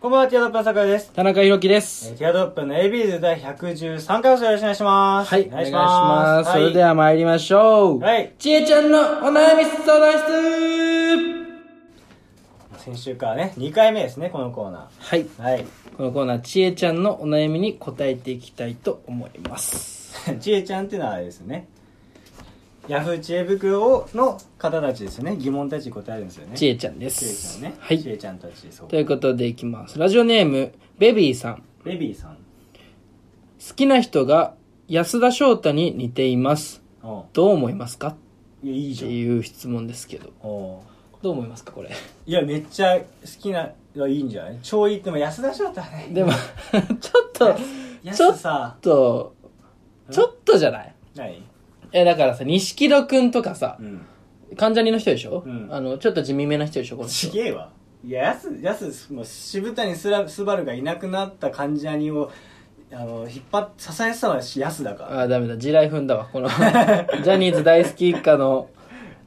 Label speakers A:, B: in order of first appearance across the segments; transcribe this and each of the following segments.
A: こんばんは、ティアドロップの坂井です。
B: 田中裕樹で
A: え
B: す。
A: ーティアドロップの ABs 第113回をよろしくお願いします。
B: はい、お願いします。それで
A: は
B: は参りましょう。
A: はい
B: ちえちゃんのお悩み相談室
A: い。先週からね、2回目ですね、このコーナ
B: はい、
A: ー。はい。
B: このコーナー、ちえちゃんのお悩みに答えていきたいと思います。
A: ちえちゃんっていうのはあれですよね。ヤフー知恵袋をの方たちですよね。疑問たちに答えるんですよね。
B: ち
A: え
B: えちゃんで
A: ち
B: す。
A: ゃんね。
B: はい。
A: ちえちゃんたち、そう
B: と。いうことでいきます。ラジオネーム、ベビーさん。
A: ベビーさん。
B: 好きな人が安田翔太に似ています。
A: お
B: どう思いますか
A: いや、いい
B: って
A: じゃん。
B: いう質問ですけど。
A: お
B: どう思いますかこれ。
A: いや、めっちゃ好きな、いやいいんじゃない超いいっても安田翔太はね。
B: でも、 ちょっと、ちょ
A: 安
B: っ
A: さ、
B: と、ちょっとじゃない
A: ない
B: え、だからさ、錦戸くんとかさ
A: う、ん。
B: 関ジャニの人でしょ、
A: うん
B: あの、ちょっと地味めな人でしょこの人
A: ち。げえわいややすやすもう渋谷すらスバルがいなくなった患者にをあの引っ張っ支えてたのはやすだ
B: あ
A: か
B: ー、ダメだ。地雷踏んだわ。この 、ジャニーズ大好き一家の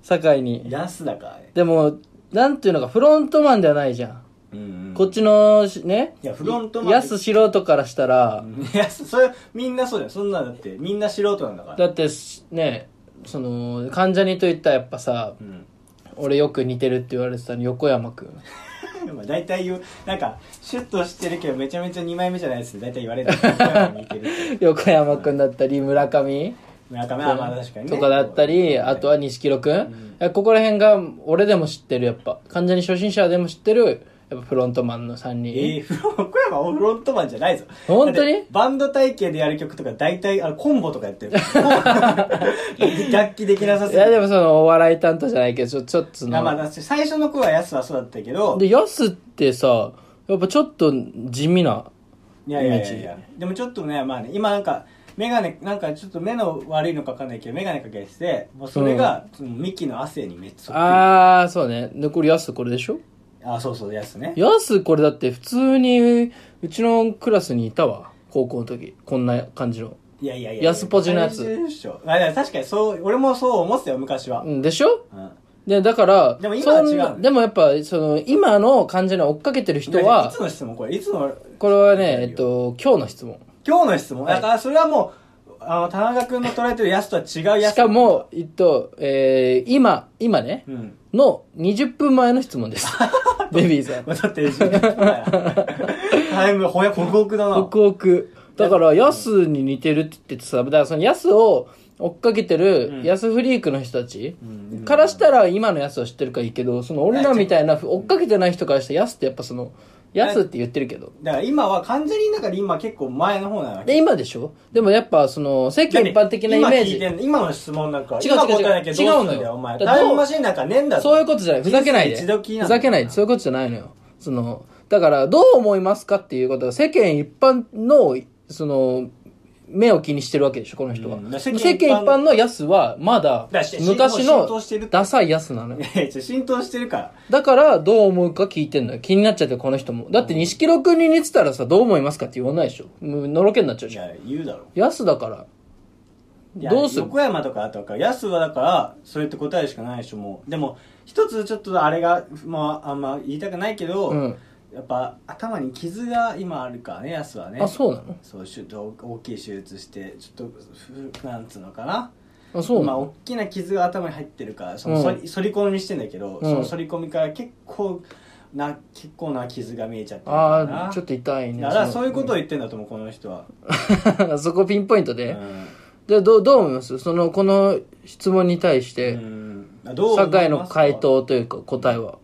B: 境
A: ら
B: に。
A: やすだから
B: でも、なんていうのか、フロントマンではないじゃん。
A: うん、
B: こ っちのし、ね。
A: いやフロントマン
B: やす素人からしたら、
A: やすそれみんなそうだよそんなのだってみんな素人なんだから
B: だってし、ね、その、関ジャニといったらやっぱさ、
A: うん
B: 俺よく似てるって言われてたの、横山くん。
A: まあ大体言うなんかシュッとしてるけどめちゃめちゃ2枚目じゃないですって大体言われる似てるって
B: 横山くんだったり、村上。
A: 村上はまあ確かにね
B: とかだったり、あとは錦野くん、ここら辺が俺でも知ってるやっぱ完全に初心者でも知ってるやっぱフロントマンの3人、
A: えー、 フロン、小山はフロントマンじゃないぞ。
B: 本当に
A: だってバンド体系でやる曲とか大体、あの、コンボとかや ってる。楽器できなさす
B: い
A: ぎる
B: やでもそのお笑い担当じゃないけどちょちょっとそ
A: いやまあ、
B: の
A: だって最初の頃は安はそうだったけど、
B: でヤスってさやっぱちょっと地味ない
A: やいやいやいや。でもちょっとね、まあね、今なんか、メガネ、なんかちょっと目の悪いのかわかんないけど、メガネかけてて、もうそれが、そのミキの汗にめっちゃ
B: あーそうねでこれヤスこれでし
A: そっ
B: ょ
A: くり。あ、そうそう、安ね。
B: ヤスこれだって普通にうちのクラスにいたわ高校の時こんな感じの
A: いやいやいや。
B: 安ポジのやつ
A: 大事でしょあいや確かにそう、俺もそう思ってたよ、昔は
B: う。んでしょ
A: うん。
B: でだから
A: でも今は違う
B: そんでもやっぱその今の感じの追っかけてる人はい
A: つの質問これ、いつの
B: これはね、えっと、今日の質問。
A: 今日の質問、
B: はい
A: だからそれはもうあの田中君の捉えてるやつとは違うやつ
B: しかも、えっと、えー、今、今ね
A: う、ん
B: の20分前の質 問です。ベビーさん。
A: だってタイムほや北奥だな
B: 北奥。だから、ヤスに似てるって言っててさ、だからそのヤスを追っかけて
A: う
B: る
A: ん
B: ヤスフリークの人たち
A: うん
B: からしたら今のヤスを知ってるからいいけど、その俺らみたいな追っかけてない人からしたらヤスってやっぱその、ヤスって言ってるけど。
A: だから今は関ジャニの中で今結構前の方なわけ
B: で、今でしょでもやっぱその、世間一般的なイメージ
A: 今。聞いてん今の質問なんか
B: 違う
A: 今
B: 違う違う
A: 答えなきゃどうすんだ
B: 違うの
A: よ
B: よ
A: お前
B: だから
A: タイムマシンなんかねえんだぞ
B: そういうことじゃない。ふざけないで。
A: 人生一度きりな
B: ふ
A: んだ
B: ざけないで。そういうことじゃないのよ。その、だから、どう思いますかっていうことは、世間一般の、その、目を気にしてるわけでしょ、この人は。
A: うん
B: 世
A: 世
B: 間
A: 間
B: 一
A: 一般
B: 般のヤスは、まだ
A: だし、
B: 昔
A: もう浸透してる
B: の、ダサいヤスなのよ。
A: いやちょ浸透してるから
B: だから、どう思うか聞いてんのよ。気になっちゃって、この人も。だって、西木郎君に似てたらさ、どう思いますかって言わないでしょ。もうのろけになっちゃう
A: い
B: でしょ。
A: や言うだろ
B: ヤスだから。
A: いや
B: どうする
A: 横山とかあとか、安はだから、それって答えるしかないでしょ、もう。でも、一つちょっとあれが、まあ、あんま言いたくないけど、
B: うん
A: やっぱ頭に傷が今あるからね、安はね。
B: あ、
A: う
B: そうなの
A: そう手術大きい手術して、ちょっとふ、なんつうのかな。
B: あ、そうな
A: まあ、
B: の
A: 大きな傷が頭に入ってるから、そうの
B: ん
A: 反り、反り込みしてんだけど、
B: うん
A: その反り込みから結構な、結構な傷が見えちゃってるからな。
B: あー、ちょっと痛いね。
A: だからそういうことを言ってんだと思う、この人は。
B: と そこピンポイントで。
A: うん
B: でどうどう思いますそのこの質問に対して、
A: うんあどう思いますか
B: 酒井の回答というか答えは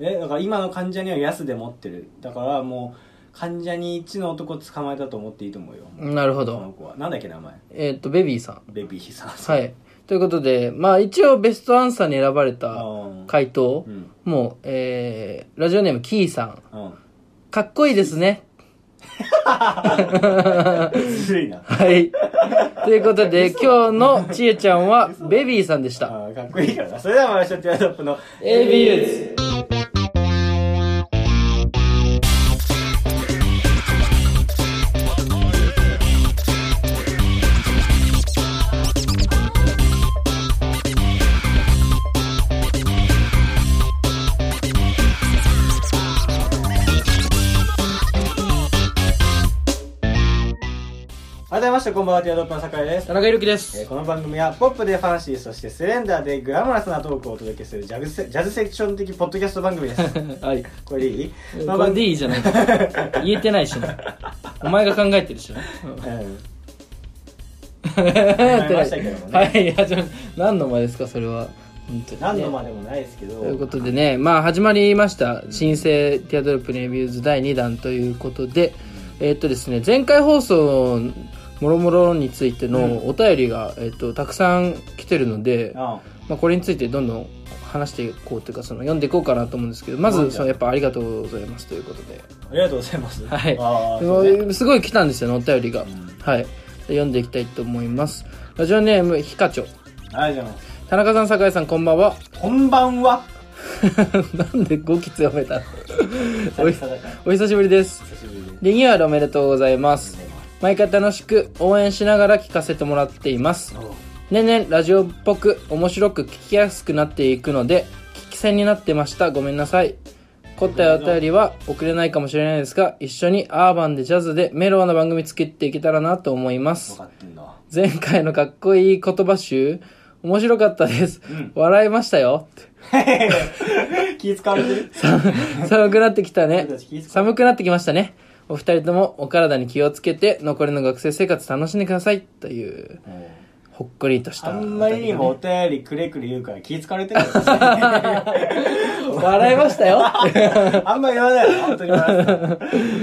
A: えだから今の患者には安で持ってるだからもう患者に一の男捕まえたと思っていいと思うよ
B: なる
A: こ
B: ほ
A: の
B: ど
A: 子はなんだっけ名前
B: えっ、とベビーさん
A: ベビーさん
B: はいいということでまあ一応ベストアンサーに選ばれた
A: うん
B: 回答
A: うん
B: もう、えー、ラジオネームキーさん
A: うん
B: かっこいいですね
A: ずるいな
B: はいということで今日のちえちゃんはベビーさんでした
A: あーかっこいいからなそれではまいりましょうティアドロップの
B: AB ユーズ
C: 「
A: ざいましたこんばんはティアドロップの酒井です
B: 田中裕樹で
A: えー
B: す。
A: この番組はポップでファンシーそしてスレンダーでグラマラスなトークをお届けするジャズセジャズセクション的ポッドキャスト番組です
B: はい。
A: これでいい
B: こ
A: この
B: れ
A: 番
B: で
A: 組
B: いいじゃない言えてないしね。お前が考えてるしね。うん
A: うん
B: って
A: ましたけどもね
B: はい、始まる何の間ですか、それは。本当にね
A: 何のまでもないですけど
B: ということでね、まあ始まりました。新生ティアドロップレビューズ第2弾ということで、えーっとですね、前回放送もろもろについてのお便りが、えーっと、たくさん来てるので、
A: あ
B: まあ、これについてどんどん話していこうというかその読んでいこうかなと思うんですけどま
A: はい
B: ずそのやっぱありがとうございますということで、
A: ありがとうございます
B: はい
A: あーそうね
B: すごい来たんですよねお便りが、
A: ん
B: はいで読んでいきたいと思いますラジオネームひかちょ
A: ありがとうございます
B: 田中さん酒井さんこんばんは
A: こんばんは
B: なんで語気強めた
A: 久
B: おい
A: 々だから
B: お久しぶりです
A: 久しぶりで
B: リニューアルおめでとうございます毎回楽しく応援しながら聞かせてもらっています
A: おう
B: 年々ラジオっぽく面白く聞きやすくなっていくので聞き戦になってましたごめんなさい答えお便りは送れないかもしれないですが一緒にアーバンでジャズでメロウな番組作っていけたらなと思いま
A: 分
B: す
A: かってんだ
B: 前回のかっこいい言葉集面白かったです、
A: ん
B: 笑いました よ
A: 気使われてる
B: 寒くなってきたね
A: 俺たち気遣う
B: 寒くなってきましたねお二人ともお体に気をつけて残りの学生生活楽しんでくださいというほっこりとした
A: あんまりにもお便りくれくれ言うから気使われてるよ
B: 笑いましたよ
A: あんま言わないよ本当に笑って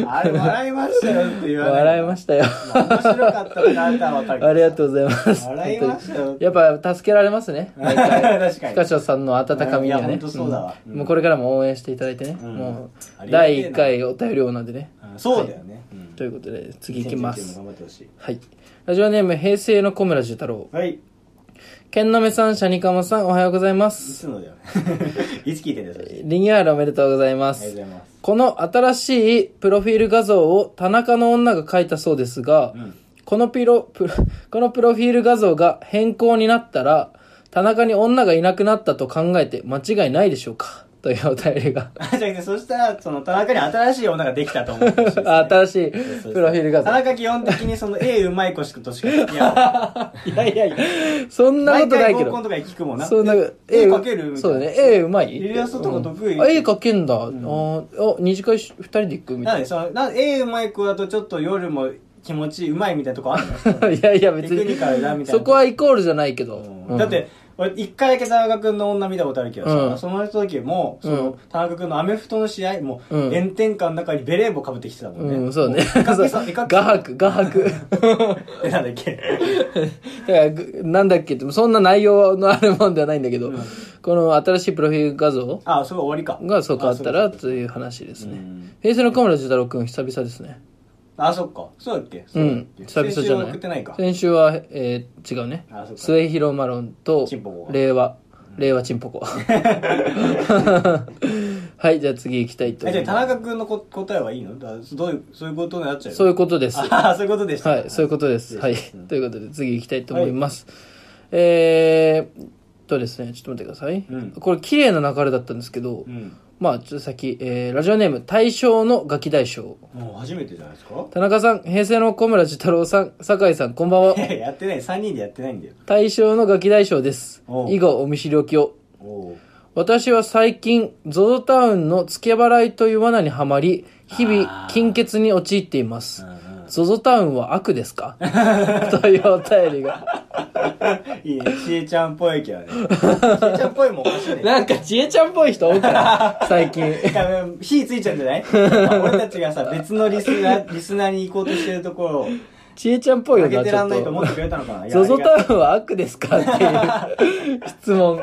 A: たあれ笑いましたよって言わない
B: 笑いましたよ。
A: まあ面白かったなあなたは分かるけど
B: ありがとうございます。
A: 笑いましたよ
B: 本当にやっぱ助けられますね。毎回。
A: 確か
B: ピ
A: に
B: カチョウさんの温かみにはね。
A: いや本当そうだわ
B: ん
A: うん
B: もうこれからも応援していただいてね。
A: うん
B: も
A: あ
B: う、
A: りがてえ
B: 第
A: な
B: 1回お便りオーナーでね。
A: うんそうだよね、うん
B: ということで、次いきます。
A: 頑張ってほしい
B: はい。ラジオネーム、平成の小村寿太郎。
A: はいい
B: 剣のめさん、シャニカマさん、おはようございます。
A: つのだよいつ聞いてんだよそれあり
B: リニューアルおめでとうございま
A: がとうご
B: す。
A: ざいます
B: この新しいプロフィール画像を田中の女が書いたそうですが、
A: うん
B: このピロ、プロ、このプロフィール画像が変更になったら、田中に女がいなくなったと考えて間違いないでしょうかというお便りが。
A: あじゃなくてそしたらその田中に新しい女ができたと思ってほしいです
B: あ新しいプ
A: そう
B: ロフィール画像
A: 田。中基本的にその絵うまい子しかとしか付き合わない
B: いやいやいや、そんなこ
A: 毎
B: とな
A: 回
B: いけ
A: 合コン
B: ど。
A: とかに聞くもんな
B: そんな、
A: 絵描けるみた
B: そ
A: いうな
B: だね。絵うまい
A: イラストとか得意
B: うんあ絵描けんだ。あーあ、二次会し二人で行くみた
A: ないんでそのなん絵うまい子だとちょっと夜も気持ちうまいみたいなとこあるの
B: な。 いやいや、別
A: テクニ
B: に
A: カルだみ。たいな
B: そこはイコールじゃないけど。うん
A: だって俺一回だけ田中君の女見たことあるけどさ、
B: うん
A: その時もその、
B: うん
A: 田中君のアメフトの試合も、
B: うん
A: 炎天下の中にベレー帽かぶってきてたもんね、
B: うん、そうね。
A: 絵描きさ絵描き
B: 画伯、画伯。
A: えなんだっけ
B: だからぐなんだっけって、そんな内容のあるもんではないんだけど、この新しいプロフィール画像
A: あそれ終わりか
B: がそう変わった
A: あ
B: ら
A: そうか
B: という話ですね
A: うん。
B: 平成の小村寿太郎くん、久々ですね。
A: あそっかそうだっけそううだっ
B: ん、
A: け
B: 久々じゃ
A: 先週送って
B: な
A: ない
B: い
A: か。
B: 先週は、えー違うね
A: あそう。か
B: 末広マロンと
A: チンポコ、
B: 令和、令和チンポ コ。はい、じゃあ次行きたいと
A: え
B: 思
A: じゃ
B: い
A: あ田
B: ます。
A: 中君のこ答えはいいのだどういうそういうことになっちゃうよ
B: そういうことです。
A: ああそういうことでした
B: はい、そういうことです。はい。
A: うん
B: ということで、次行きたいと思います。えーっとですね、ちょっと待ってください。
A: うん
B: これ、綺麗な流れだったんですけど、
A: うん
B: まあ、ちょっと先、えーラジオネーム、大正のガキ大将。
A: もう初めてじゃないですか
B: 田中さん、平成の小村寿太郎さん、酒井さん、こんばん は。
A: やってない3人でやってないんだよ
B: 大正のガキ大将です
A: お。う
B: 以後、お見知りおきを。
A: おう
B: 私は最近、ゾゾタウンの付け払いという罠にはまり、日々、
A: あー
B: 金欠に陥っています。
A: うんうん
B: ゾゾタウンは悪です かというお便りが。
A: いいね、ちえちゃんっぽいけど ね。ちえちゃんっぽいもおかしいね。
B: なんか、ちえちゃんっぽい人多くない 最近。
A: 多分火ついちゃうんじゃ ない俺たちがさ、別のリスナー、リスナーに行こうとしてるところを、
B: ちえちゃんっぽい
A: 負
B: よ
A: け
B: な、
A: て
B: ち
A: ら
B: ょ
A: ん
B: っ
A: ないと思
B: と
A: っ。てくれたのかな。いや
B: ゾゾ
A: あ
B: タウンは悪ですかっていう質問。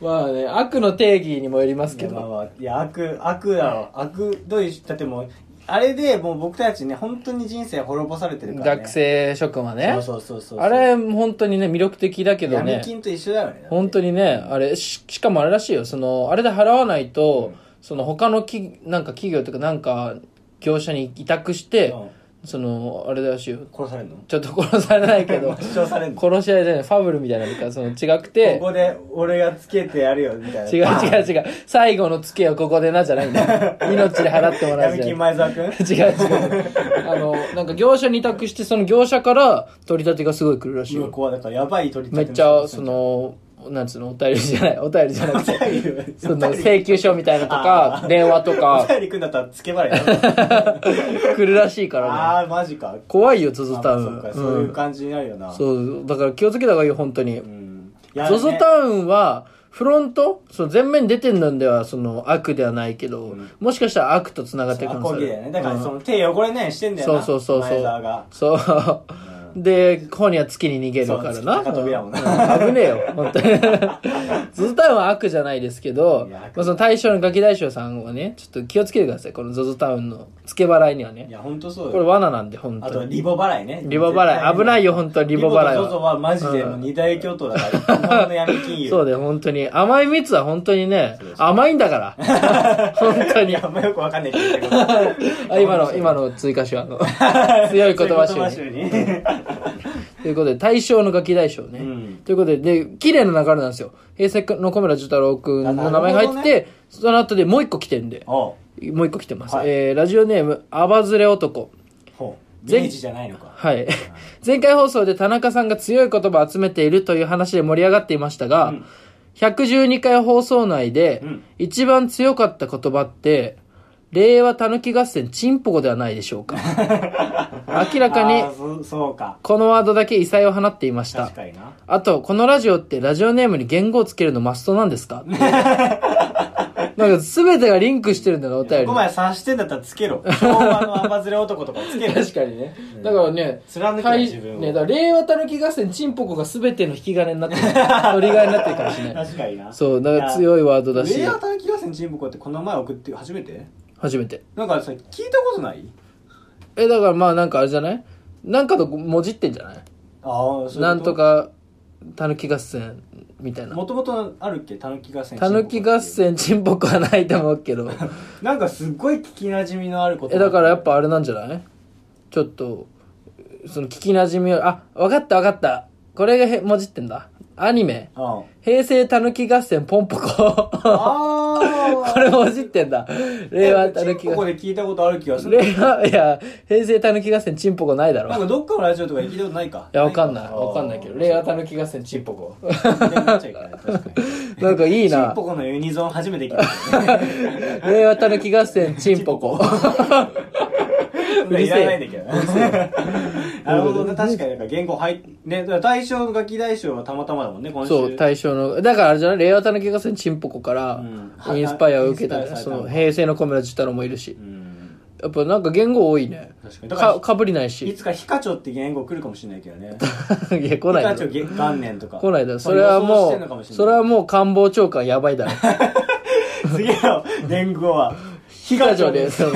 B: まあね、悪の定義にもよります
A: り
B: け
A: がとういやまあ
B: ど。
A: まあいや、悪、悪だろ。悪、どういう、だってもう、あれでもう僕たちね、本当に人生滅ぼされてるから、ね。
B: 学生諸君はね。
A: そうそうそうそう。
B: あれ、本当にね、魅力的だけど
A: 闇
B: ね。
A: 金と一緒だよね。
B: 本当にね、あれ、ししかもあれらしいよ。その、あれで払わないと、その他のき、なんか企業とかなんか、業者に委託して、
A: うん
B: そのあれだしいよ
A: 殺されるの
B: ちょっと殺されないけ ど
A: 主張されるの
B: 殺し合いじゃないファブルみたいなのかその違く て
A: ここで俺がつけてやるよみたいな
B: 違う違う違う最後のツケはここでなじゃない んだよ命で払ってもらう
A: 闇
B: じゃ
A: 金
B: ない
A: 前澤君
B: 違う違うあのなんか業者に委託してその業者から取り立てがすごい来るらしい
A: 今
B: よ
A: こうだからやばい取り
B: めっちゃ そのなんつうのお便りじゃないお便りじゃなくてその請求書みたいなのと
A: あ
B: か
A: ー
B: 電話と
A: お
B: か
A: 便りくんだったらつけばれ や
B: 来るらしいからね
A: ああマジか
B: 怖いよゾゾ
A: あ
B: タウ
A: そ
B: ン
A: うか
B: う
A: そういうん感じになるよな
B: そうだから気をつけた方がいいよ本当に
A: うん
B: ゾゾタウンはフロントその前面に出てるのではその悪ではないけど、
A: うん
B: もしかしたら悪と繋がって
A: て
B: るか
A: ア
B: も
A: コ
B: し
A: ギだ
B: れな
A: よ
B: い
A: ねだからそ
B: うん
A: の手汚れないようにしてんだよ
B: そう
A: な
B: そうそう
A: 前澤が
B: そうそうで本には月に逃げるから
A: そう
B: な
A: 高飛びだもんな
B: うん危ねえよ本当に ゾゾタウンは悪じゃないですけど
A: いや悪
B: まあ、その大将のガキ大将さんはねちょっと気をつけてくださいこのゾゾタウンの付け払いにはいね
A: や本当そう
B: これ
A: よ
B: 罠なんで本
A: あ
B: 当
A: と
B: に
A: リボ払いね
B: リボ払い危ないよ本当にリボ払いは
A: リボとゾゾはマジでもう二大巨頭だから日本の闇金融
B: そうだよ、本当に。甘い蜜は本当にね
A: そうで、す
B: 甘いん だから。本当
A: い
B: に
A: や。あんまよくわかんないけどあ
B: あ今の、今の追加手話の。 強い 言葉集に。
A: に
B: ということで、大正のガキ大将ね。
A: うん
B: ということで、で、綺麗な流れなんですよ。平成の小村寿太郎くんの名前が入って
A: な
B: て、その後でもう一個来てんで。
A: おう
B: もう一個来てます。
A: はい
B: えー、ラジオネーム、あばずれ男。
A: ほう
B: 前
A: 明治じゃないのか
B: はい。 前回放送で田中さんが強い言葉を集めているという話で盛り上がっていましたが、
A: うん
B: 112回放送内で
A: うん、
B: 一番強かった言葉って、令和たぬき合戦チンポコではないでしょうか。明らかに
A: あーそそうか
B: このワードだけ異彩を放っていました
A: 確。かにな
B: あと、このラジオってラジオネームに言語をつけるのマスト なんですかなんか全てがリンクしてるんだな、お便り
A: ここ。まで察してんだったらつけろ昭和のアバズレ男とかつけろ
B: 確かにね。だからね、
A: 貫くな
B: はい
A: 自分を
B: ね、だから令和たぬき合戦チンポコが全ての引き金になってる 取り替えになってるかもしれ ない
A: 確かにな
B: そうだから強いワードだし
A: レイヤー短期合戦チームこうってこの前送って初めて
B: 初めて
A: なんかさ聞いたことない
B: えだからまあなんかあれじゃないなんかともじってんじゃない
A: ああ
B: なんとかたぬき合戦みたいな
A: もともとあるっけたぬき合戦
B: たぬき
A: チ
B: 合
A: ンポコってい
B: 戦チンポコはないと思うけ ど
A: うなんかすっごい聞きなじみのあること
B: えだからやっぱあれなんじゃないちょっとその聞きなじみをあわかったわかったこれがへもじってんだアニメ
A: うん
B: 平成たぬき合戦ポンポコ
A: ああ
B: これもじってんだ。令和たぬき
A: ここ
B: 合
A: で聞いたことある気がす
B: 戦。
A: る
B: 令和、いや、平成たぬき合戦チンポコないだ
A: なんか
B: ろ。
A: どっかのラジオとかで聞いたことないか
B: いや、わかんない。わかんないけど。令和た
A: ぬ
B: ぬき合戦チンポコ。
A: き合戦確かに
B: なんかいい
A: チン
B: な
A: ポ。コのユニゾン初めて聞いた
B: 令和たぬき合戦チンポコ。うるせえ
A: いらないんだけどねなるほどね確かになんか言語入っねだから大賞のガキ大賞はたまたまだもんね今週
B: そう、対象の、だからあれじゃない令和たぬき合戦チンポコから
A: うん、
B: インスパイアを受けた
A: インスパイアされた
B: そ
A: の
B: の、平成の小村寿太郎もいるし
A: う。ん
B: やっぱなんか言語多いね。
A: 確かにだから
B: か、かぶりない
A: い
B: し。
A: つかヒカチョって言語来るかもしれないけどね
B: いや、来
A: ヒ
B: ない
A: カチ
B: だ
A: ョ
B: ろ。
A: 元年とか
B: 来ないだろ。それは
A: 予想し
B: も
A: てんのか
B: う、
A: しれ
B: それはもう官房長官やばいだろ。
A: ない次の言語は
B: 非課長で、その、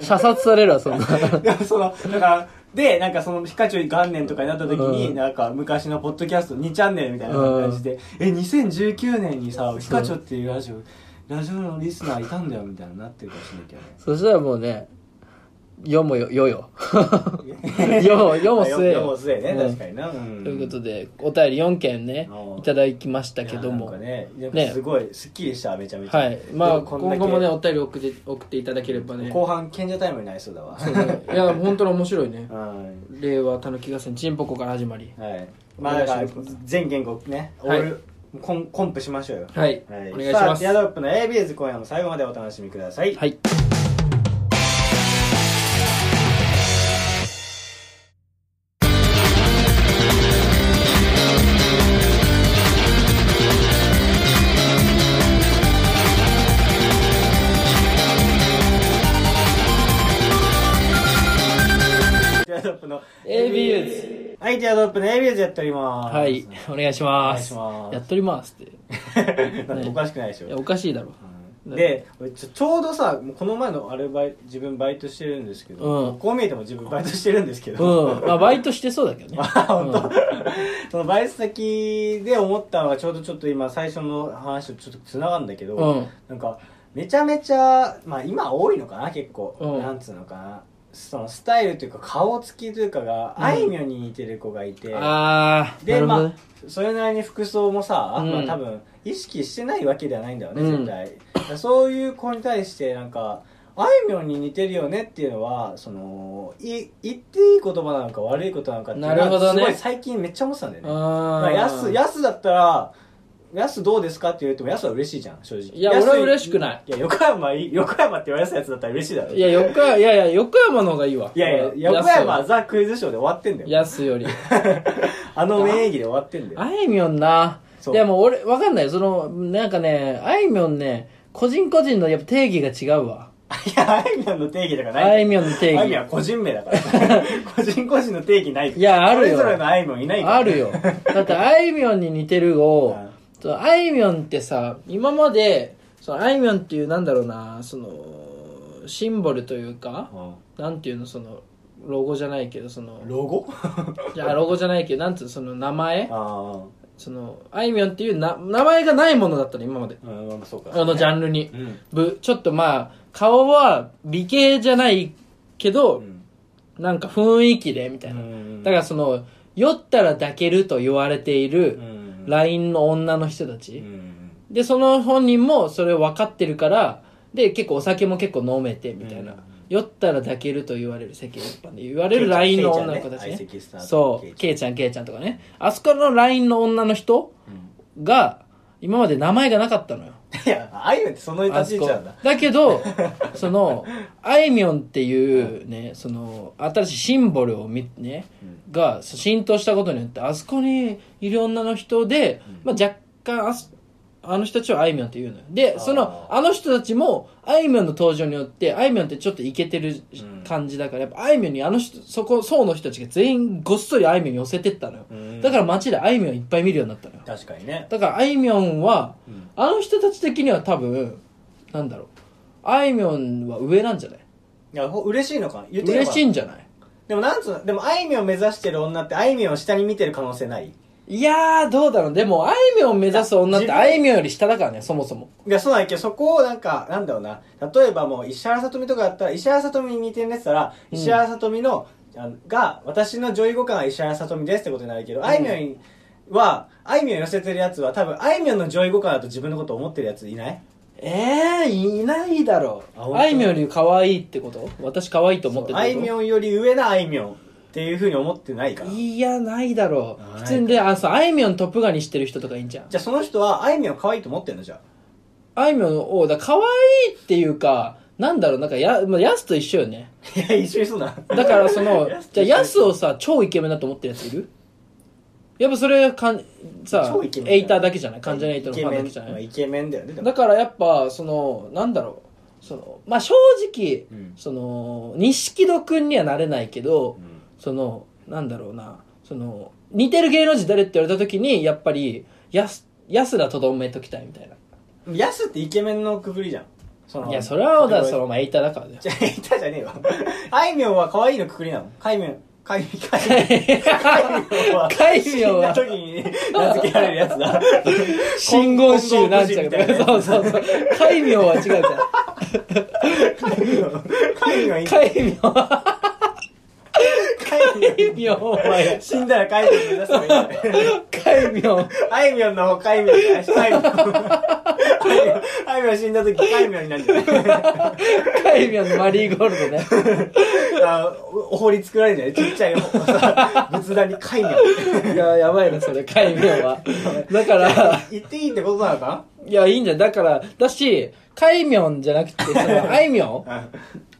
B: 射殺されるわ、そんな。
A: でもそのだからでなんかそのヒカチョ元年とかになった時に、
B: うん
A: なんか昔のポッドキャスト2チャンネルみたいな感じで、え2019年にさヒカチョっていうラジオラジオのリスナーいたんだよみたいになってるかもしれないけどね
B: そしたらもうね、世もよ、よよ。世も、世も末よ。
A: 世も末ね、
B: うん
A: 確かにな、うん
B: ということで、お便り4件ね
A: う、ん
B: いただきましたけど
A: い
B: も。
A: やなんか
B: ね
A: ねすごいすっきりしためちゃめちゃ
B: はい。まあ、
A: でこ
B: 今
A: んだけ
B: 後もね、お便り送って、送っていただければね。
A: 後半賢者タイムになりそうだわ
B: いや、本当に面白いね。
A: はい
B: 令和たぬき合戦、チンポコから始まり。
A: はいまあだから全言語ね、
B: はい
A: オールコンコンプしましょうよ
B: はい。お
A: はい、
B: 願いしま
A: さあ
B: す。
A: ティア
B: は
A: ドロップの ABS 今夜も最後までお楽しみください、
B: い。
A: ティアドロップの
B: ABUS。
A: はいティアドロップの ABS やっております
B: はい。お願いします。
A: お願いします
B: やっとりますって。
A: なんかおかしくないでしょ
B: いや、おかしい だろ。
A: うんで俺ちょちょうどさもうこの前のアルバイ自分バイトしてるんですけど、
B: うん
A: こう見えても自分バイトしてるんですけど、
B: うん。まあ、バイトしてそうだ けどね。
A: そのバイト先で思ったのがちょうどちょっと今最初の話とちょっとつながるんだけど、
B: うん
A: なんかめちゃめちゃまあ今多いのかな結構、
B: うん
A: なんつうのかなそのスタイルというか顔つきというかが、
B: うん
A: あいみょんに似てる子がいて
B: ああ
A: で
B: なるほど
A: ま
B: ね
A: あそれなりに服装もさ、
B: うん
A: まあ、多分意識してないわけではないんだよね、
B: うん
A: 絶対だからそういう子に対してなんかあいみょんに似てるよねっていうのはそのい言っていい言葉なのか悪いことなのかっていうのは
B: なるほどね
A: すごい最近めっちゃ思ってたんだよね
B: あ
A: まあ、
B: ー
A: やすやすだったらやすどうですかって言ってもやすは嬉しいじゃん正直
B: いや俺は嬉しく
A: い
B: ない
A: いや横山い横山って言われたやつだったら嬉しいだろ
B: いや横山いやいや横山の方がいいわ
A: いやいや横山はザ・クイズショーで終わってんだよ
B: やすより
A: あの名義で終わってんだよ
B: あいみょんな
A: そう
B: でも俺わかんないそのなんかねあいみょんね個人個人のやっぱ定義が違うわ
A: いやあいみょんの定義とかない
B: あいみょんの定
A: あいみょん
B: 義
A: は個人名だから 個人個人の定義ない
B: いやあるよ
A: それぞれのあいみょんいないから
B: あるよだってあいみょんに似てるを
A: うん
B: そのあいみょんってさ今までそのあいみょんっていうなんだろうなそのシンボルというか
A: う
B: なんていうのそのロゴじゃないけどその
A: んロ ゴ
B: いやロゴじゃないけどなんつうのその名前
A: あ
B: そのあいみょんっていうな名前がないものだったの今まで
A: あうんまあそうか
B: あのジャンルに
A: うん
B: ぶちょっとまあ顔は美形じゃないけど、
A: うん
B: なんか雰囲気でみたいな、だからその酔ったら抱けると言われている
A: うん、
B: LINE の女の人た
A: う
B: ち、
A: ん
B: でその本人もそれを分かってるからで結構お酒も結構飲めてみたい
A: う
B: な、
A: ん
B: 酔ったら抱けると言われる世間一般で言われる LINE の女の子たちね
A: ケイちゃんね
B: そう
A: ケ
B: ケイちゃんケイちゃんとかねあそこの LINE の女の人
A: うん
B: が今まで名前がなかったのよ
A: いやあいみょんってその立ち位置なんだ
B: あそこだけどそのあいみょんっていうねその新しいシンボルをみね
A: うん
B: がそう浸透したことによってあそこにいる女の人で、
A: う
B: まあ、若干あそあの人たちをあいみょんって言うのよで
A: あー
B: そのあの人たちもあいみょんの登場によってあいみょんってちょっとイケてる
A: うん
B: 感じだからやっぱあいみょんにあの人そこ層の人たちが全員ごっそりあいみょんに寄せてったのよ
A: うん
B: だから街であいみょんいっぱい見るようになったのよ
A: 確かにね
B: だからあいみょんは
A: うん
B: あの人たち的には多分なんだろうあいみょんは上なんじゃない
A: いやほ嬉しいのか言って
B: 嬉しい
A: い
B: んじゃない
A: でもなんつうのでもあいみょんを目指してる女ってあいみょんを下に見てる可能性ない
B: いやーどうだろうでもあいみょんを目指す女って
A: 自分
B: あいみょんより下だからねそもそも
A: いやそうなんやけどそこをなんかなんだろうな例えばもう石原さとみとかだったら石原さとみに似てるねって言ったら、
B: うん
A: 石原さとみのあのが私の上位互換は石原さとみですってことになるけど、
B: ん
A: あいみょんはあいみょん寄せてるやつは多分あいみょんの上位互換だと自分のこと思ってるやついない
B: えー、いないだろ
A: あ
B: う
A: 本当
B: あいみょんより可愛いってこと私可愛いと思ってる
A: あいみ
B: ん
A: ょんより上なあいみょんっていうふうに思ってないからじ
B: いやないだろ
A: ないうか
B: 普通にであそうあいみょんトップガンにしてる人とかいいんじゃん
A: ゃあその人はあいみょんを可愛いと思ってんのじゃ
B: あいみょんをだから可愛いっていうかなんだろうなんかや,、まあ、やすと一緒よね
A: あいや一緒にすんな
B: だから その
A: やす
B: じ
A: と
B: ゃあ
A: 一緒
B: ヤスをさ超イケメンだと思ってるやついるやっぱそれかんさ
A: 超イケメン
B: エイターだけじゃない関ジャニエイ
A: イ
B: トのフ
A: ケ
B: ァン
A: メ
B: だ
A: ン
B: けじゃな
A: まあ
B: い
A: イケメンだよねでも
B: だからやっぱそのなんだろうそのまあ正直、
A: うん
B: その錦戸君にはなれないけど、
A: うん
B: そのなんだろうなその似てる芸能人誰って言われた時にやっぱりヤスヤスらとどめときたいみたいな
A: ヤスってイケメンのくくりじゃんその
B: いやそれはだか
A: カテ
B: ら
A: ゴリー
B: そのまあエイターだからだよ
A: じゃ あ、いたじゃねえわ。あいみょんは可愛いのくくりなの。かいみょん。かいみょん。か
B: かい
A: い
B: み
A: みょ
B: ょ
A: ん
B: ん
A: は。
B: は
A: 死んだ時に名付けられるやつだ。
B: 真言宗なんちゃうか
A: 金剛
B: そうそうそう戒名は違うじゃん
A: かいみょん。かいみょんいい。か
B: 戒名 はい
A: みょん
B: 戒名は
A: 死んだらかいみょん目指せばいいんだね。
B: 戒名
A: あいみょんの方かいみょんじゃないかいみょん。あいみょん死んだ時かいみょんになるんじゃない
B: 戒名のマリーゴールドね
A: あおお堀作られるんじゃないちっちゃいさ仏壇にかいみょん。
B: いややばいなそれ戒名はだから
A: 言っていいってことなのか
B: いやいいんじゃんだからだし戒名じゃなくてそ のあいみょん
A: な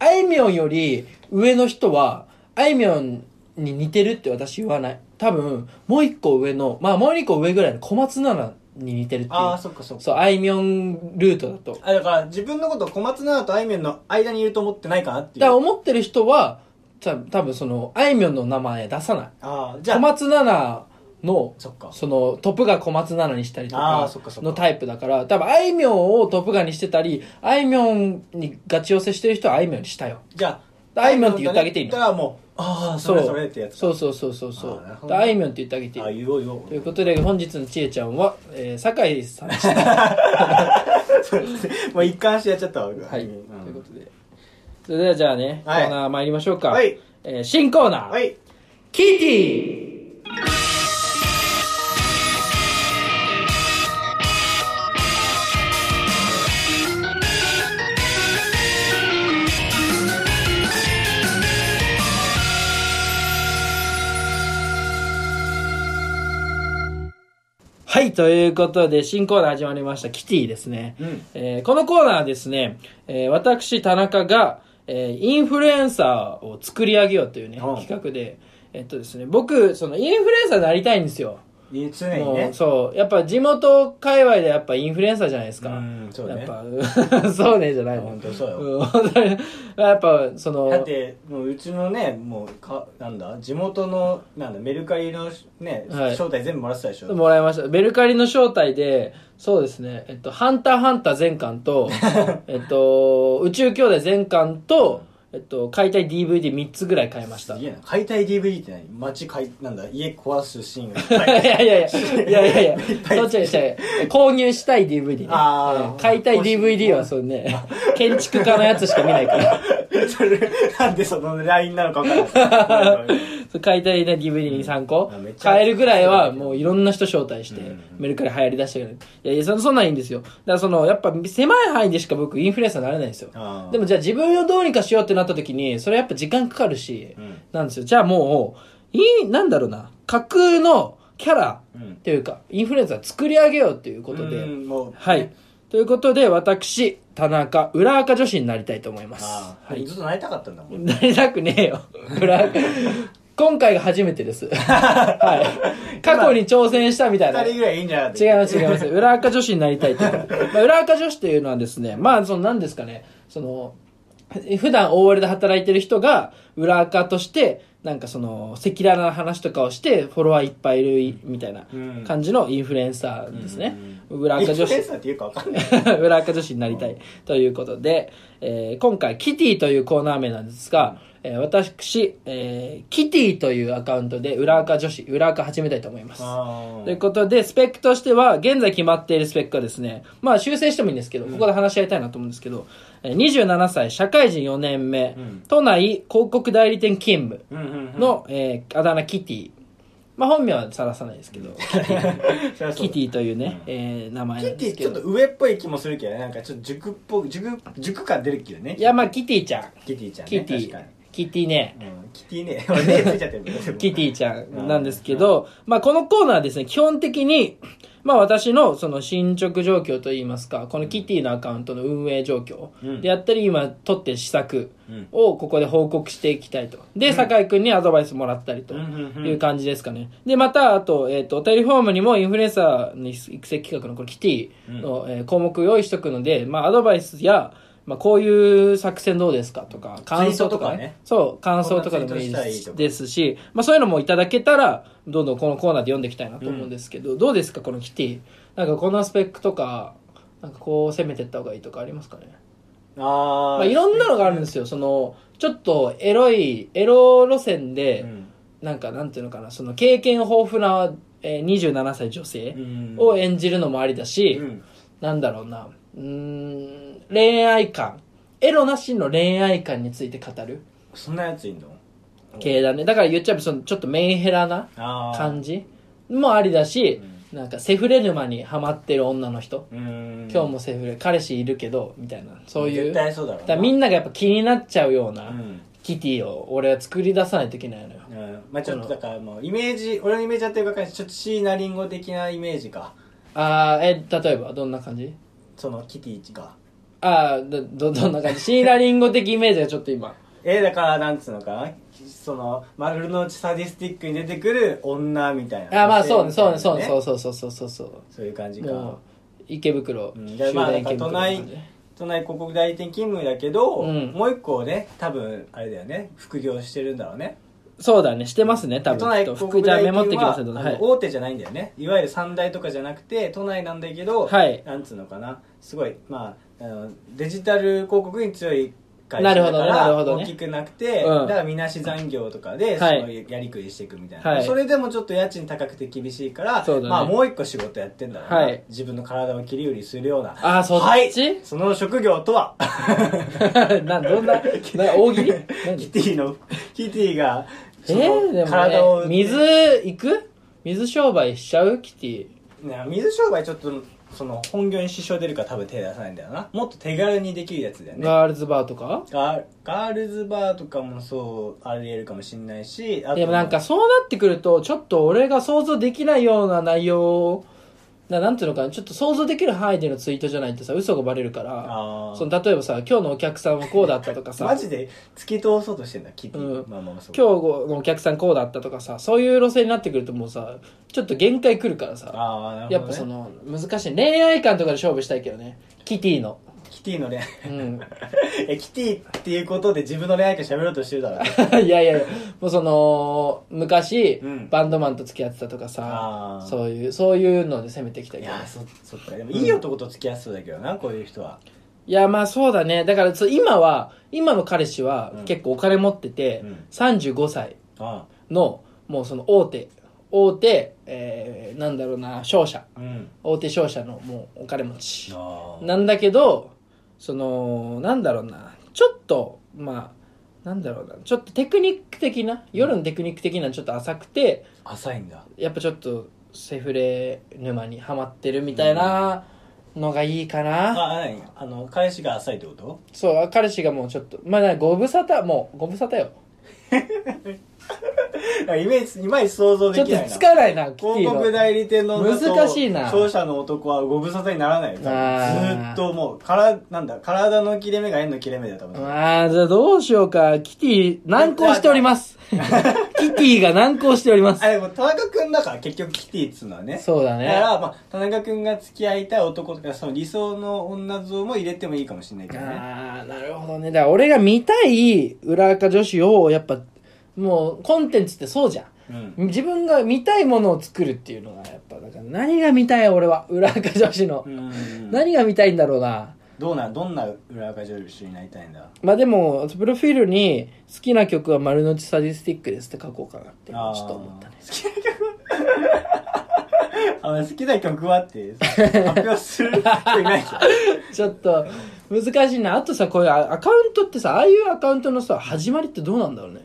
B: あいみょんより上の人はあいみょんに似てるって私言わない多分もう一個上のまあもう一個上ぐらいの小松菜奈に似てるっていう
A: ああ、そっかそっか。
B: そうあいみょんルートだと
A: あだから自分のことを小松菜奈とあいみょんの間にいると思ってないかなってい
B: だから
A: う
B: 思ってる人はた多分そのあいみょんの名前出さない
A: ああじゃ
B: 小
A: あ
B: 松菜奈の
A: そっか
B: そのトップガン小松菜奈にしたりと
A: あー
B: か
A: そっかそっか
B: のタイプだから多分あいみょんをトップガンにしてたりあいみょんにガチ寄せしてる人はあいみょんにしたよ
A: じゃあ
B: あいみょんって言ってあげていいの
A: だからもうああそれそれってやつ
B: そうそうそうそうそ
A: あーなるほ
B: う
A: どね
B: あいみょんって言ってあげていい
A: あ言おう言おう
B: ということで本日のちえちゃんは、えー、酒井さんでした、
A: もう一貫してやっちゃったわ
B: はい
A: うん
B: ということでそれではじゃあね、
A: はい
B: コーナー参りましょうか。
A: はい
B: えー新コーナー、
A: はい
B: キティはい、ということで、新コーナー始まりました、キティですね。
A: うん
B: えーこのコーナーはですね、えー私、田中が、えーインフルエンサーを作り上げようというね、
A: うん
B: 企画で、えっとですね、僕、そのインフルエンサーになりたいんですよ。
A: い常に
B: も
A: ね
B: うそう。やっぱ地元界隈でやっぱインフルエンサーじゃないですか。
A: うんそうだね
B: やっぱ、 そうねじゃないの
A: 本当そうよ、
B: うん本当にやっぱ、その、
A: だってもううちのねもうかなんだ地元のなんだメルカリのね、
B: はい
A: 招待全部もらってたでしょ
B: もらいました。メルカリの招待で、そうですね、えっと、ハンターハンター全巻 と、えっと、宇宙兄弟全巻と、えっと、買いたい DVD3 つぐらい買いました。
A: す
B: い
A: げえな解体 DVD って何街解なんだ家壊すシーンがいっぱ
B: や い
A: い
B: やいや、いやいやいや、
A: い
B: そっちはしたい。購入したい DVD ね。
A: あー
B: うん買いたい DVD はそうね、建築家のやつしか見ないから。
A: それなんでそのラインなのか分からない
B: そう買いたいな DVD23 個
A: あめっちゃ
B: 買えるぐらいはもういろんな人招待して、
A: うん
B: メルカリ流行りだしたけどいやいやそそんなんいいんですよだからそのやっぱ狭い範囲でしか僕インフルエンサーになれないんですよ
A: あー
B: でもじゃあ自分をどうにかしようってなった時にそれやっぱ時間かかるし、
A: うん
B: なんですよじゃあもういいなんだろうな架空のキャラ
A: うん
B: というか、インフルエンサー作り上げようということで、
A: うんもう
B: はいということで私田中裏垢女子になりたいと思います
A: ああ、
B: はい
A: ずっとなりたかったんだもん
B: なりたくねえよ。 裏今回が初めてです。はい。過去に挑戦したみたいな。
A: 二人
B: 違い
A: ぐらいいいんじゃなかった
B: ます違います。裏垢女子になりたい と。まあ、裏垢女子というのはですね、まあ、その何ですかね、その、普段 OL で働いてる人が裏垢として、なんかその、赤裸々な話とかをして、フォロワーいっぱいいるみたいな
A: うん
B: 感じのインフルエンサーですね。裏
A: イン
B: 垢
A: フ
B: 女
A: ルエン
B: 子。
A: サーっていうか分かんない
B: 裏垢女子になりたいということで、えー今回キティというコーナー名なんですが、えー私、えーキティというアカウントで裏垢女子裏垢始めたいと思います
A: あ
B: ということでスペックとしては現在決まっているスペックはですねまあ修正してもいいんですけどここで話し合いたいなと思うんですけど、えー27歳社会人4年目、
A: ん
B: 都内広告代理店勤務
A: うんうん
B: の、えーあだ名キティまあ本名はさらさないですけど、
A: うんそりゃそう
B: キ
A: だ
B: ティというね、
A: うん
B: えー名前なん
A: キ
B: で
A: テ
B: す
A: ィ
B: け
A: ちょ
B: ど
A: っと上っぽい気もするけどねなんかちょっと塾っぽい塾塾感出るけどね
B: いや、まあ、キティちゃん。
A: キティちゃんね
B: キテ
A: 確か
B: ィ。キティね。
A: に、うん、キティね俺ねついちゃってるけどでも
B: キティちゃんなんですけど、まあ、このコーナーはですね、基本的に、 まあ、私のその進捗状況といいますか、このキティのアカウントの運営状況
A: うん
B: であったり、今、取ってる施策
A: うん
B: をここで報告していきたいと。で、酒井くんにアドバイスもらったりと
A: うんうんうん
B: いう感じですかね。で、また、あと、えっ、と、お便りフォームにもインフルエンサーの育成企画のこのキティの、えー項目を用意しとくので、まあ、アドバイスや、まあ、こういう作戦どうですかとか、感想とか
A: ツイートとかね
B: ねそう、感想とかでもいい
A: こんなツイートしたらいいとか
B: ですし、まあ、そういうのもいただけたら、どんどんこのコーナーで読んでいきたいなと思うんですけど、どうですか、このキティ。なんか、このスペックとか、なんかこう攻めていった方がいいとかありますかね
A: あ
B: まあ、いろんなのがあるんですよ。その、ちょっとエロい、エロ路線で、
A: うん
B: なんかなんていうのかなその経験豊富な、えー、27歳女性
A: うん
B: を演じるのもありだし、
A: うん
B: なんだろうなうーん恋愛観エロなしの恋愛観について語る
A: そんなやついんの
B: 系だねだから言っちゃえばそのちょっとメンヘラな
A: ああ
B: 感じもありだし、なんかセフレ沼にハマってる女の人、
A: うん
B: 今日もセフレ彼氏いるけどみたいなそうい
A: 絶
B: うだか
A: 対そうだろう
B: らみんながやっぱ気になっちゃうよう
A: な
B: な、
A: うん
B: キティを俺は作り出さないといけないのよ
A: うんまあちょっとだからもうイメージ俺のイメージだったりばかりちょっと椎名林檎的なイメージか
B: ああえ例えばどんな感じ
A: そのキティが
B: ああ、ど、ど、どんな感じシーラリンゴ的イメージがちょっと今。
A: えーだからなんつうのかなその丸の内サディスティックに出てくる女みたいな
B: ああ、まあそうね、そうね、そうね、そううそうそうそうそうそう。
A: そういう感じ
B: も
A: か
B: う、池袋、
A: うんでまあなんか都内都内広告代理店勤務だけど、
B: うん
A: もう一個ね多分あれだよね副業してるんだろうね
B: そうだね、してますね、多分。
A: 都内
B: ちょっ
A: 広
B: と
A: 告
B: 服じゃあ
A: 代理
B: メ
A: 店は
B: モってきますね、どうぞ
A: あ
B: は
A: の
B: い。
A: 大手じゃないんだよねいわゆる三大とかじゃなくて都内なんだけど、
B: はい
A: なんつうのかなすごいまああのデジタル広告に強い会社だか
B: なるほどねなるほ
A: ら
B: どね
A: 大きくなくてだ
B: うん
A: からみなし残業とかでそ
B: はい
A: のやりくりしていくみたい
B: は
A: ないそれでもちょっと家賃高くて厳しいから
B: そうだね
A: まあもう一個仕事やってんだろう
B: は
A: ない自分の体を切り売りするような
B: あーそっち
A: はいその職業とは
B: などんなな大 喜
A: キ
B: 利何
A: ティのキティが
B: え
A: そ
B: ー、で
A: の体
B: も、
A: を
B: ね、水行く水商売しちゃうキティ
A: ね水商売ちょっとその本業に支障出るから多分手出さないんだよなもっと手軽にできるやつだよね
B: ガールズバーとか
A: ガーガールズバーとかもそうありえるかもしんないしあと
B: でもなんかそうなってくるとちょっと俺が想像できないような内容ななんていうのかなちょっと想像できる範囲でのツイートじゃないとさ嘘がバレるから
A: あ
B: そ
A: ー
B: の例えばさ今日のお客さんはこうだったとか さ
A: マジで突き通そうとしてんだキティ、
B: うん
A: まあまあまあそう
B: 今日のお客さんこうだったとかさそういう路線になってくるともうさちょっと限界くるからさ
A: ああなるほど、ね、
B: やっぱその難しい恋愛感とかで勝負したいけどねキティの
A: キティの恋愛
B: うん
A: えキティっていうことで自分の恋愛観喋ろうとしてるだろ うね
B: いやいやいやもうその昔、
A: うん
B: バンドマンと付き合ってたとかさ
A: あー
B: そういうそういうので攻めていきたい
A: い
B: けど
A: やーそそっかでもいい男と付き合いそうだけどなこういう人はい
B: やまあそうだねだからそう今は今の彼氏は
A: うん
B: 結構お金持ってて、
A: うん
B: 35歳
A: あ
B: のもうその大手大手、えー、なんだろうな商社
A: あうん
B: 大手商社のもうお金持ち
A: あー
B: なんだけどそのなんだろうなちょっとまあなんだろうなちょっとテクニック的な夜のテクニック的なちょっと浅くて
A: 浅いんだ
B: やっぱちょっとセフレ沼にはまってるみたいなのがいいかな、
A: あ何あの返しが浅いってこと
B: そう、彼氏がもうちょっと、まあ、なんかご無沙汰、もう、ご無沙汰よ。
A: イメージいまいち想像
B: ち
A: で
B: ょっ
A: き
B: と
A: ないな
B: つかないな、キテ
A: 広
B: ィの
A: 告代理店の女と
B: 難しいな
A: 商社の男はご無沙汰にならないよ多
B: あ
A: 分
B: ー
A: ずっともうからなんだ体の切れ目が縁の切れ目だよ多分
B: ああ、じゃあどうしようか。キティ、難航してお ります。キティが難航しております
A: あ。でも田中君だから結局キティっつうのはね
B: そう
A: だ
B: だ
A: か
B: ね。
A: ら、まあ、田中君が付き合いたい男とかその理想の女像も入れてもいいかもしれないけどね
B: ああ、なるほどね。だから俺が見たい裏垢女子を、やっぱ、もう、コンテンツってそうじゃん。
A: うん
B: 自分が見たいものを作るっていうのが、やっぱ、だから何が見たい俺は、裏垢女子の
A: う。ん
B: 何が見たいんだろうな。
A: どうなどんな裏垢女子になりたいんだ
B: まあでも、プロフィールに好きな曲は丸の内サディスティックですって書こうかなって、ち
A: あー
B: ょっと思ったね。
A: あ好きな曲はって発表する人いない じゃん
B: ちょっと、難しいな。あとさ、こういうアアカウントってさ、ああいうアカウントのさ、始まりってどうなんだろうね。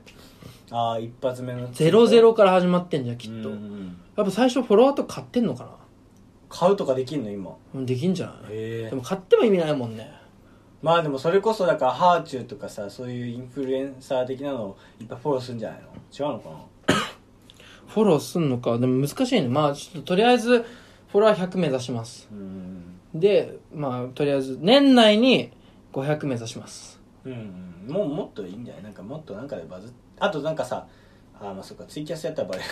A: ああ一発目の
B: ゼロゼロから始まってんじゃん、きっと。
A: うんう
B: や
A: ん
B: っぱ最初フォロワーとか買ってんのかな
A: 買うとかできんの今
B: うんできんじゃない
A: へ
B: でも買っても意味ないもんね。
A: まあでもそれこそだからハーチューとかさそういうインフルエンサー的なのをいっぱいフォローするんじゃないの違うのか
B: フォローすんのか。でも難しいね。まあちょっととりあえず、フォロワー100目指します。
A: なうん
B: で、まあとりあえず、年内に500目指します。
A: うんもうもっといいんじゃないなんかもっとなんかでバズっあとなんかさあーまあそっかツイキャスやったらバレる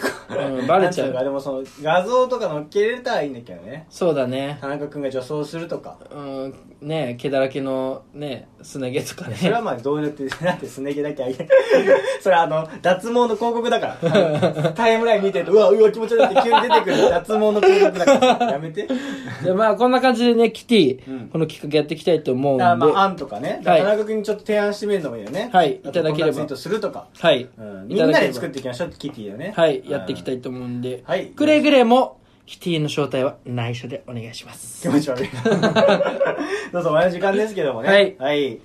A: か、
B: うんバレちゃう
A: なんていかでもその画像とか載っけれたらいいんだけどね
B: そうだね。
A: 田中君が女装するとか
B: うん、ねえ毛だらけのねすね毛と か
A: それ
B: ね
A: はまあどうやってなんですね毛だけあげる それあの脱毛の広告だから タイムライン見てるとうわうわ気持ち悪いって急に出てくる脱毛の広告だ からやめて
B: でまあこんな感じでねキティ、
A: うん
B: この企画やっていきたいと思うんで、
A: だからまあ、案とかね、だから
B: は
A: 田
B: い
A: 中君にちょっと提案してみるのもいいよね。
B: はい
A: あと
B: いただければ
A: こんなツイートするとか。
B: はい、
A: うん、
B: い
A: み
B: た
A: んな
B: だ
A: で
B: ければ
A: 作っていきましょう、キティをね。
B: はい、
A: うん
B: やっていきたいと思うんで、
A: はい
B: くれぐれもキティの正体は内緒でお願いします
A: 気持ち悪 い。どうぞ、前の時間ですけどもね。
B: はい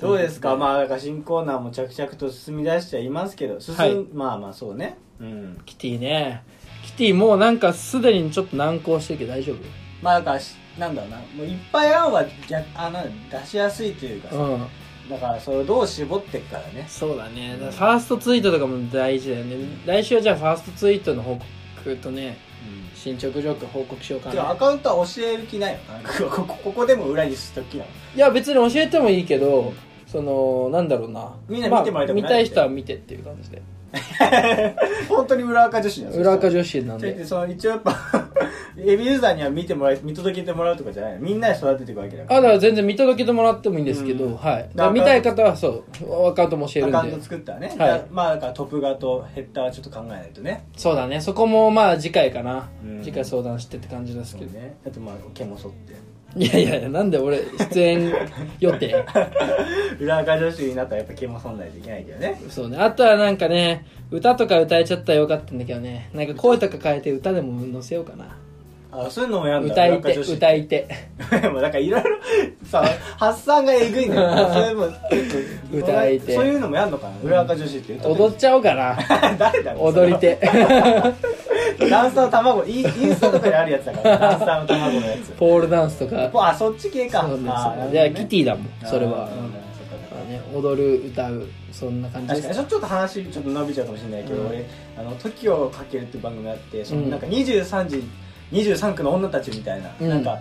A: どうですかまあ、だから新コーナーも着々と進み出してはいますけど、進ん、
B: はい
A: まあまあ、そうね。うん。
B: キティねキティもうなんかすでにちょっと難航してるけど大丈夫
A: まあ、だからし、なんだろうな、もういっぱい案は逆あなんだ出しやすいというかさ、
B: うん
A: だから、それをどう絞っていくからね。
B: そうだねだからファーストツイートとかも大事だよね来週はじゃあファーストツイートの報告とね進捗状況報告しようか
A: てか
B: な
A: アカウントは教える気ないよ田中君はここ ここでも裏にしときなの
B: いや別に教えてもいいけどそのなんだろうな
A: みんな見てもらいたくない
B: まあ見たい人は見てっていう感じで
A: 本当に裏垢女子なんです
B: 裏垢女子なん
A: で
B: で
A: その一応やっぱ エビユーザーには見てもらい見届けてもらうとかじゃないみんなで育てていくわけだ
B: あ
A: か
B: だ
A: ら
B: から全然見届けてもらってもいいんですけど、
A: うん
B: はい
A: だから
B: 見たい方はそうアカウントも教える
A: アカウン
B: ん
A: ト
B: で
A: 作ったらね、
B: い
A: じゃあまあだからトップ側とヘッダーはちょっと考えないとね
B: そうだねそこもまあ次回かな、
A: うん
B: 次回相談してって感じです
A: そ
B: け
A: う
B: ど、
A: ねあとまあ毛も剃って
B: いやいやいやなんで俺出演予定
A: 裏垢女子になったらやっぱ毛もそんないといけないけどね
B: そうねあとはなんかね歌とか歌えちゃったらよかったんだけどねなんか声とか変えて歌でも載せようかな
A: あそういうのもやんだ
B: 歌い手
A: 裏垢女子
B: 歌い手
A: もうなんかいろいろさ発散がえぐいんだよそれも
B: 歌い手
A: そういうのもやんのかな裏垢女子って歌って
B: 踊っちゃおう かな
A: 誰だろう
B: 踊り手
A: ダンサーの卵インインスタとかであるやつだ からダンサーの卵のやつ
B: ポールダンスとか
A: あそっち系か
B: そうね
A: あー
B: そうねい
A: なるほどね
B: やキティだもんそれは
A: あーうんそっか
B: まあね踊る歌うそんな感じ
A: 確
B: で
A: か
B: す
A: にちょちょっと話ちょっと伸びちゃうかもしれないけど、
B: うん
A: 俺あの「TOKIO をかける」っていう番組があってその
B: うん
A: なんか23時23区の女たちみたいな、
B: うん
A: なんか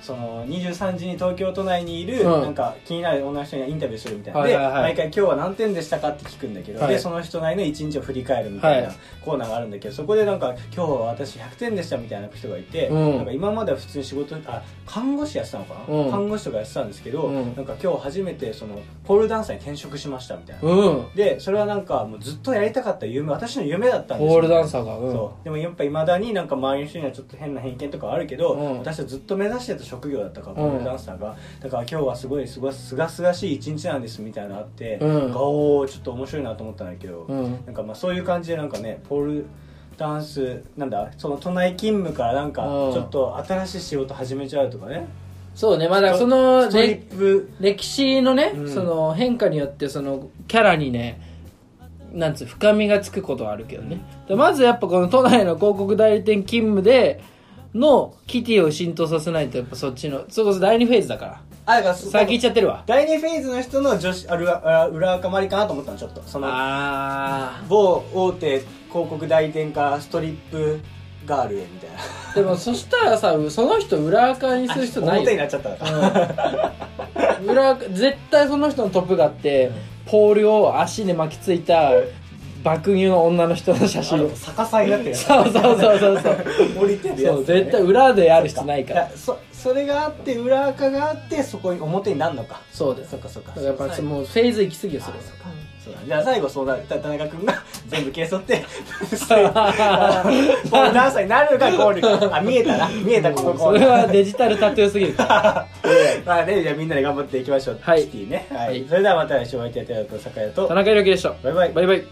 A: その23時に東京都内にいる、
B: うん
A: なんか気になる女の人にインタビューするみたいな、
B: はいはいはい
A: で毎回今日は何点でしたかって聞くんだけど、
B: はい
A: でその人なりの一日を振り返るみたい
B: は
A: ないコーナーがあるんだけど、そこでなんか今日は私100点でしたみたいな人がいて、
B: うん
A: なんか今までは普通に仕事あ看護師やってたのかな、
B: うん
A: 看護師とかやってたんですけど、
B: うん
A: なんか今日初めてそのポールダンサーに転職しましたみたいな。
B: うん
A: でそれはなんかもうずっとやりたかった夢私の夢だったんですよ
B: ポールダンサーがうん
A: そうでもやっぱいまだになんか周りの人にはちょっと変な偏見とかあるけど、
B: うん
A: 私はずっと目指してた職業だったから
B: うん
A: ポールダンサーが、だから今日はすごいすごすがすがしい一日なんですみたいなのあって、
B: うん
A: 顔をちょっと面白いなと思ったんだけど、
B: うん
A: なんかまあそういう感じでなんかねポールダンスなんだその都内勤務からなんか
B: うん
A: ちょっと新しい仕事始めちゃうとかね、
B: そうねまあだからその
A: ストリ
B: ね
A: ップ
B: 歴史のね、
A: うん
B: その変化によってそのキャラにねなんつう深みがつくことはあるけどね、でまずやっぱこの都内の広告代理店勤務でのキティを浸透させないとやっぱそっちのそれこそ第2フェーズだから
A: あだから
B: 先行っちゃってるわ
A: 第2フェーズの人の女子あ裏あ裏赤マりかなと思ったのちょっとその
B: あ
A: 某大手広告代理店からストリップガールへみたいな
B: ーでもそしたらさその人裏垢にする人ない
A: 表に
B: よ、
A: なっちゃったから
B: うん、裏垢絶対その人のトップがあって、ポールを足で巻きついた爆乳の女の人の写
A: あ
B: 真
A: の逆さにな ってる
B: そうそうそうそうそう
A: 降りてるやつ、
B: そう絶対裏でやる必要ないから
A: だそそれがあって裏垢があってそこに表になるのか
B: そうです
A: そっかそっか
B: だからやっぱ
A: そ
B: そうもうフェーズ行き過ぎよ
A: あ
B: それは
A: そっかそうだねじゃあ最後そうなる田中君が全部消えそ ってあのこのダンサーになるのかゴールかあ見えたな見えたこの
B: そ
A: ゴー
B: れ
A: ル
B: はデジタルタトゥ ーすぎるから
A: まあね、じゃあみんなで頑張っていきましょう。
B: はい
A: キティね。はい。
B: はい
A: それではまた来週お会いいたいと坂谷と
B: 田。中裕樹でした
A: バイバイ。
B: バイバイ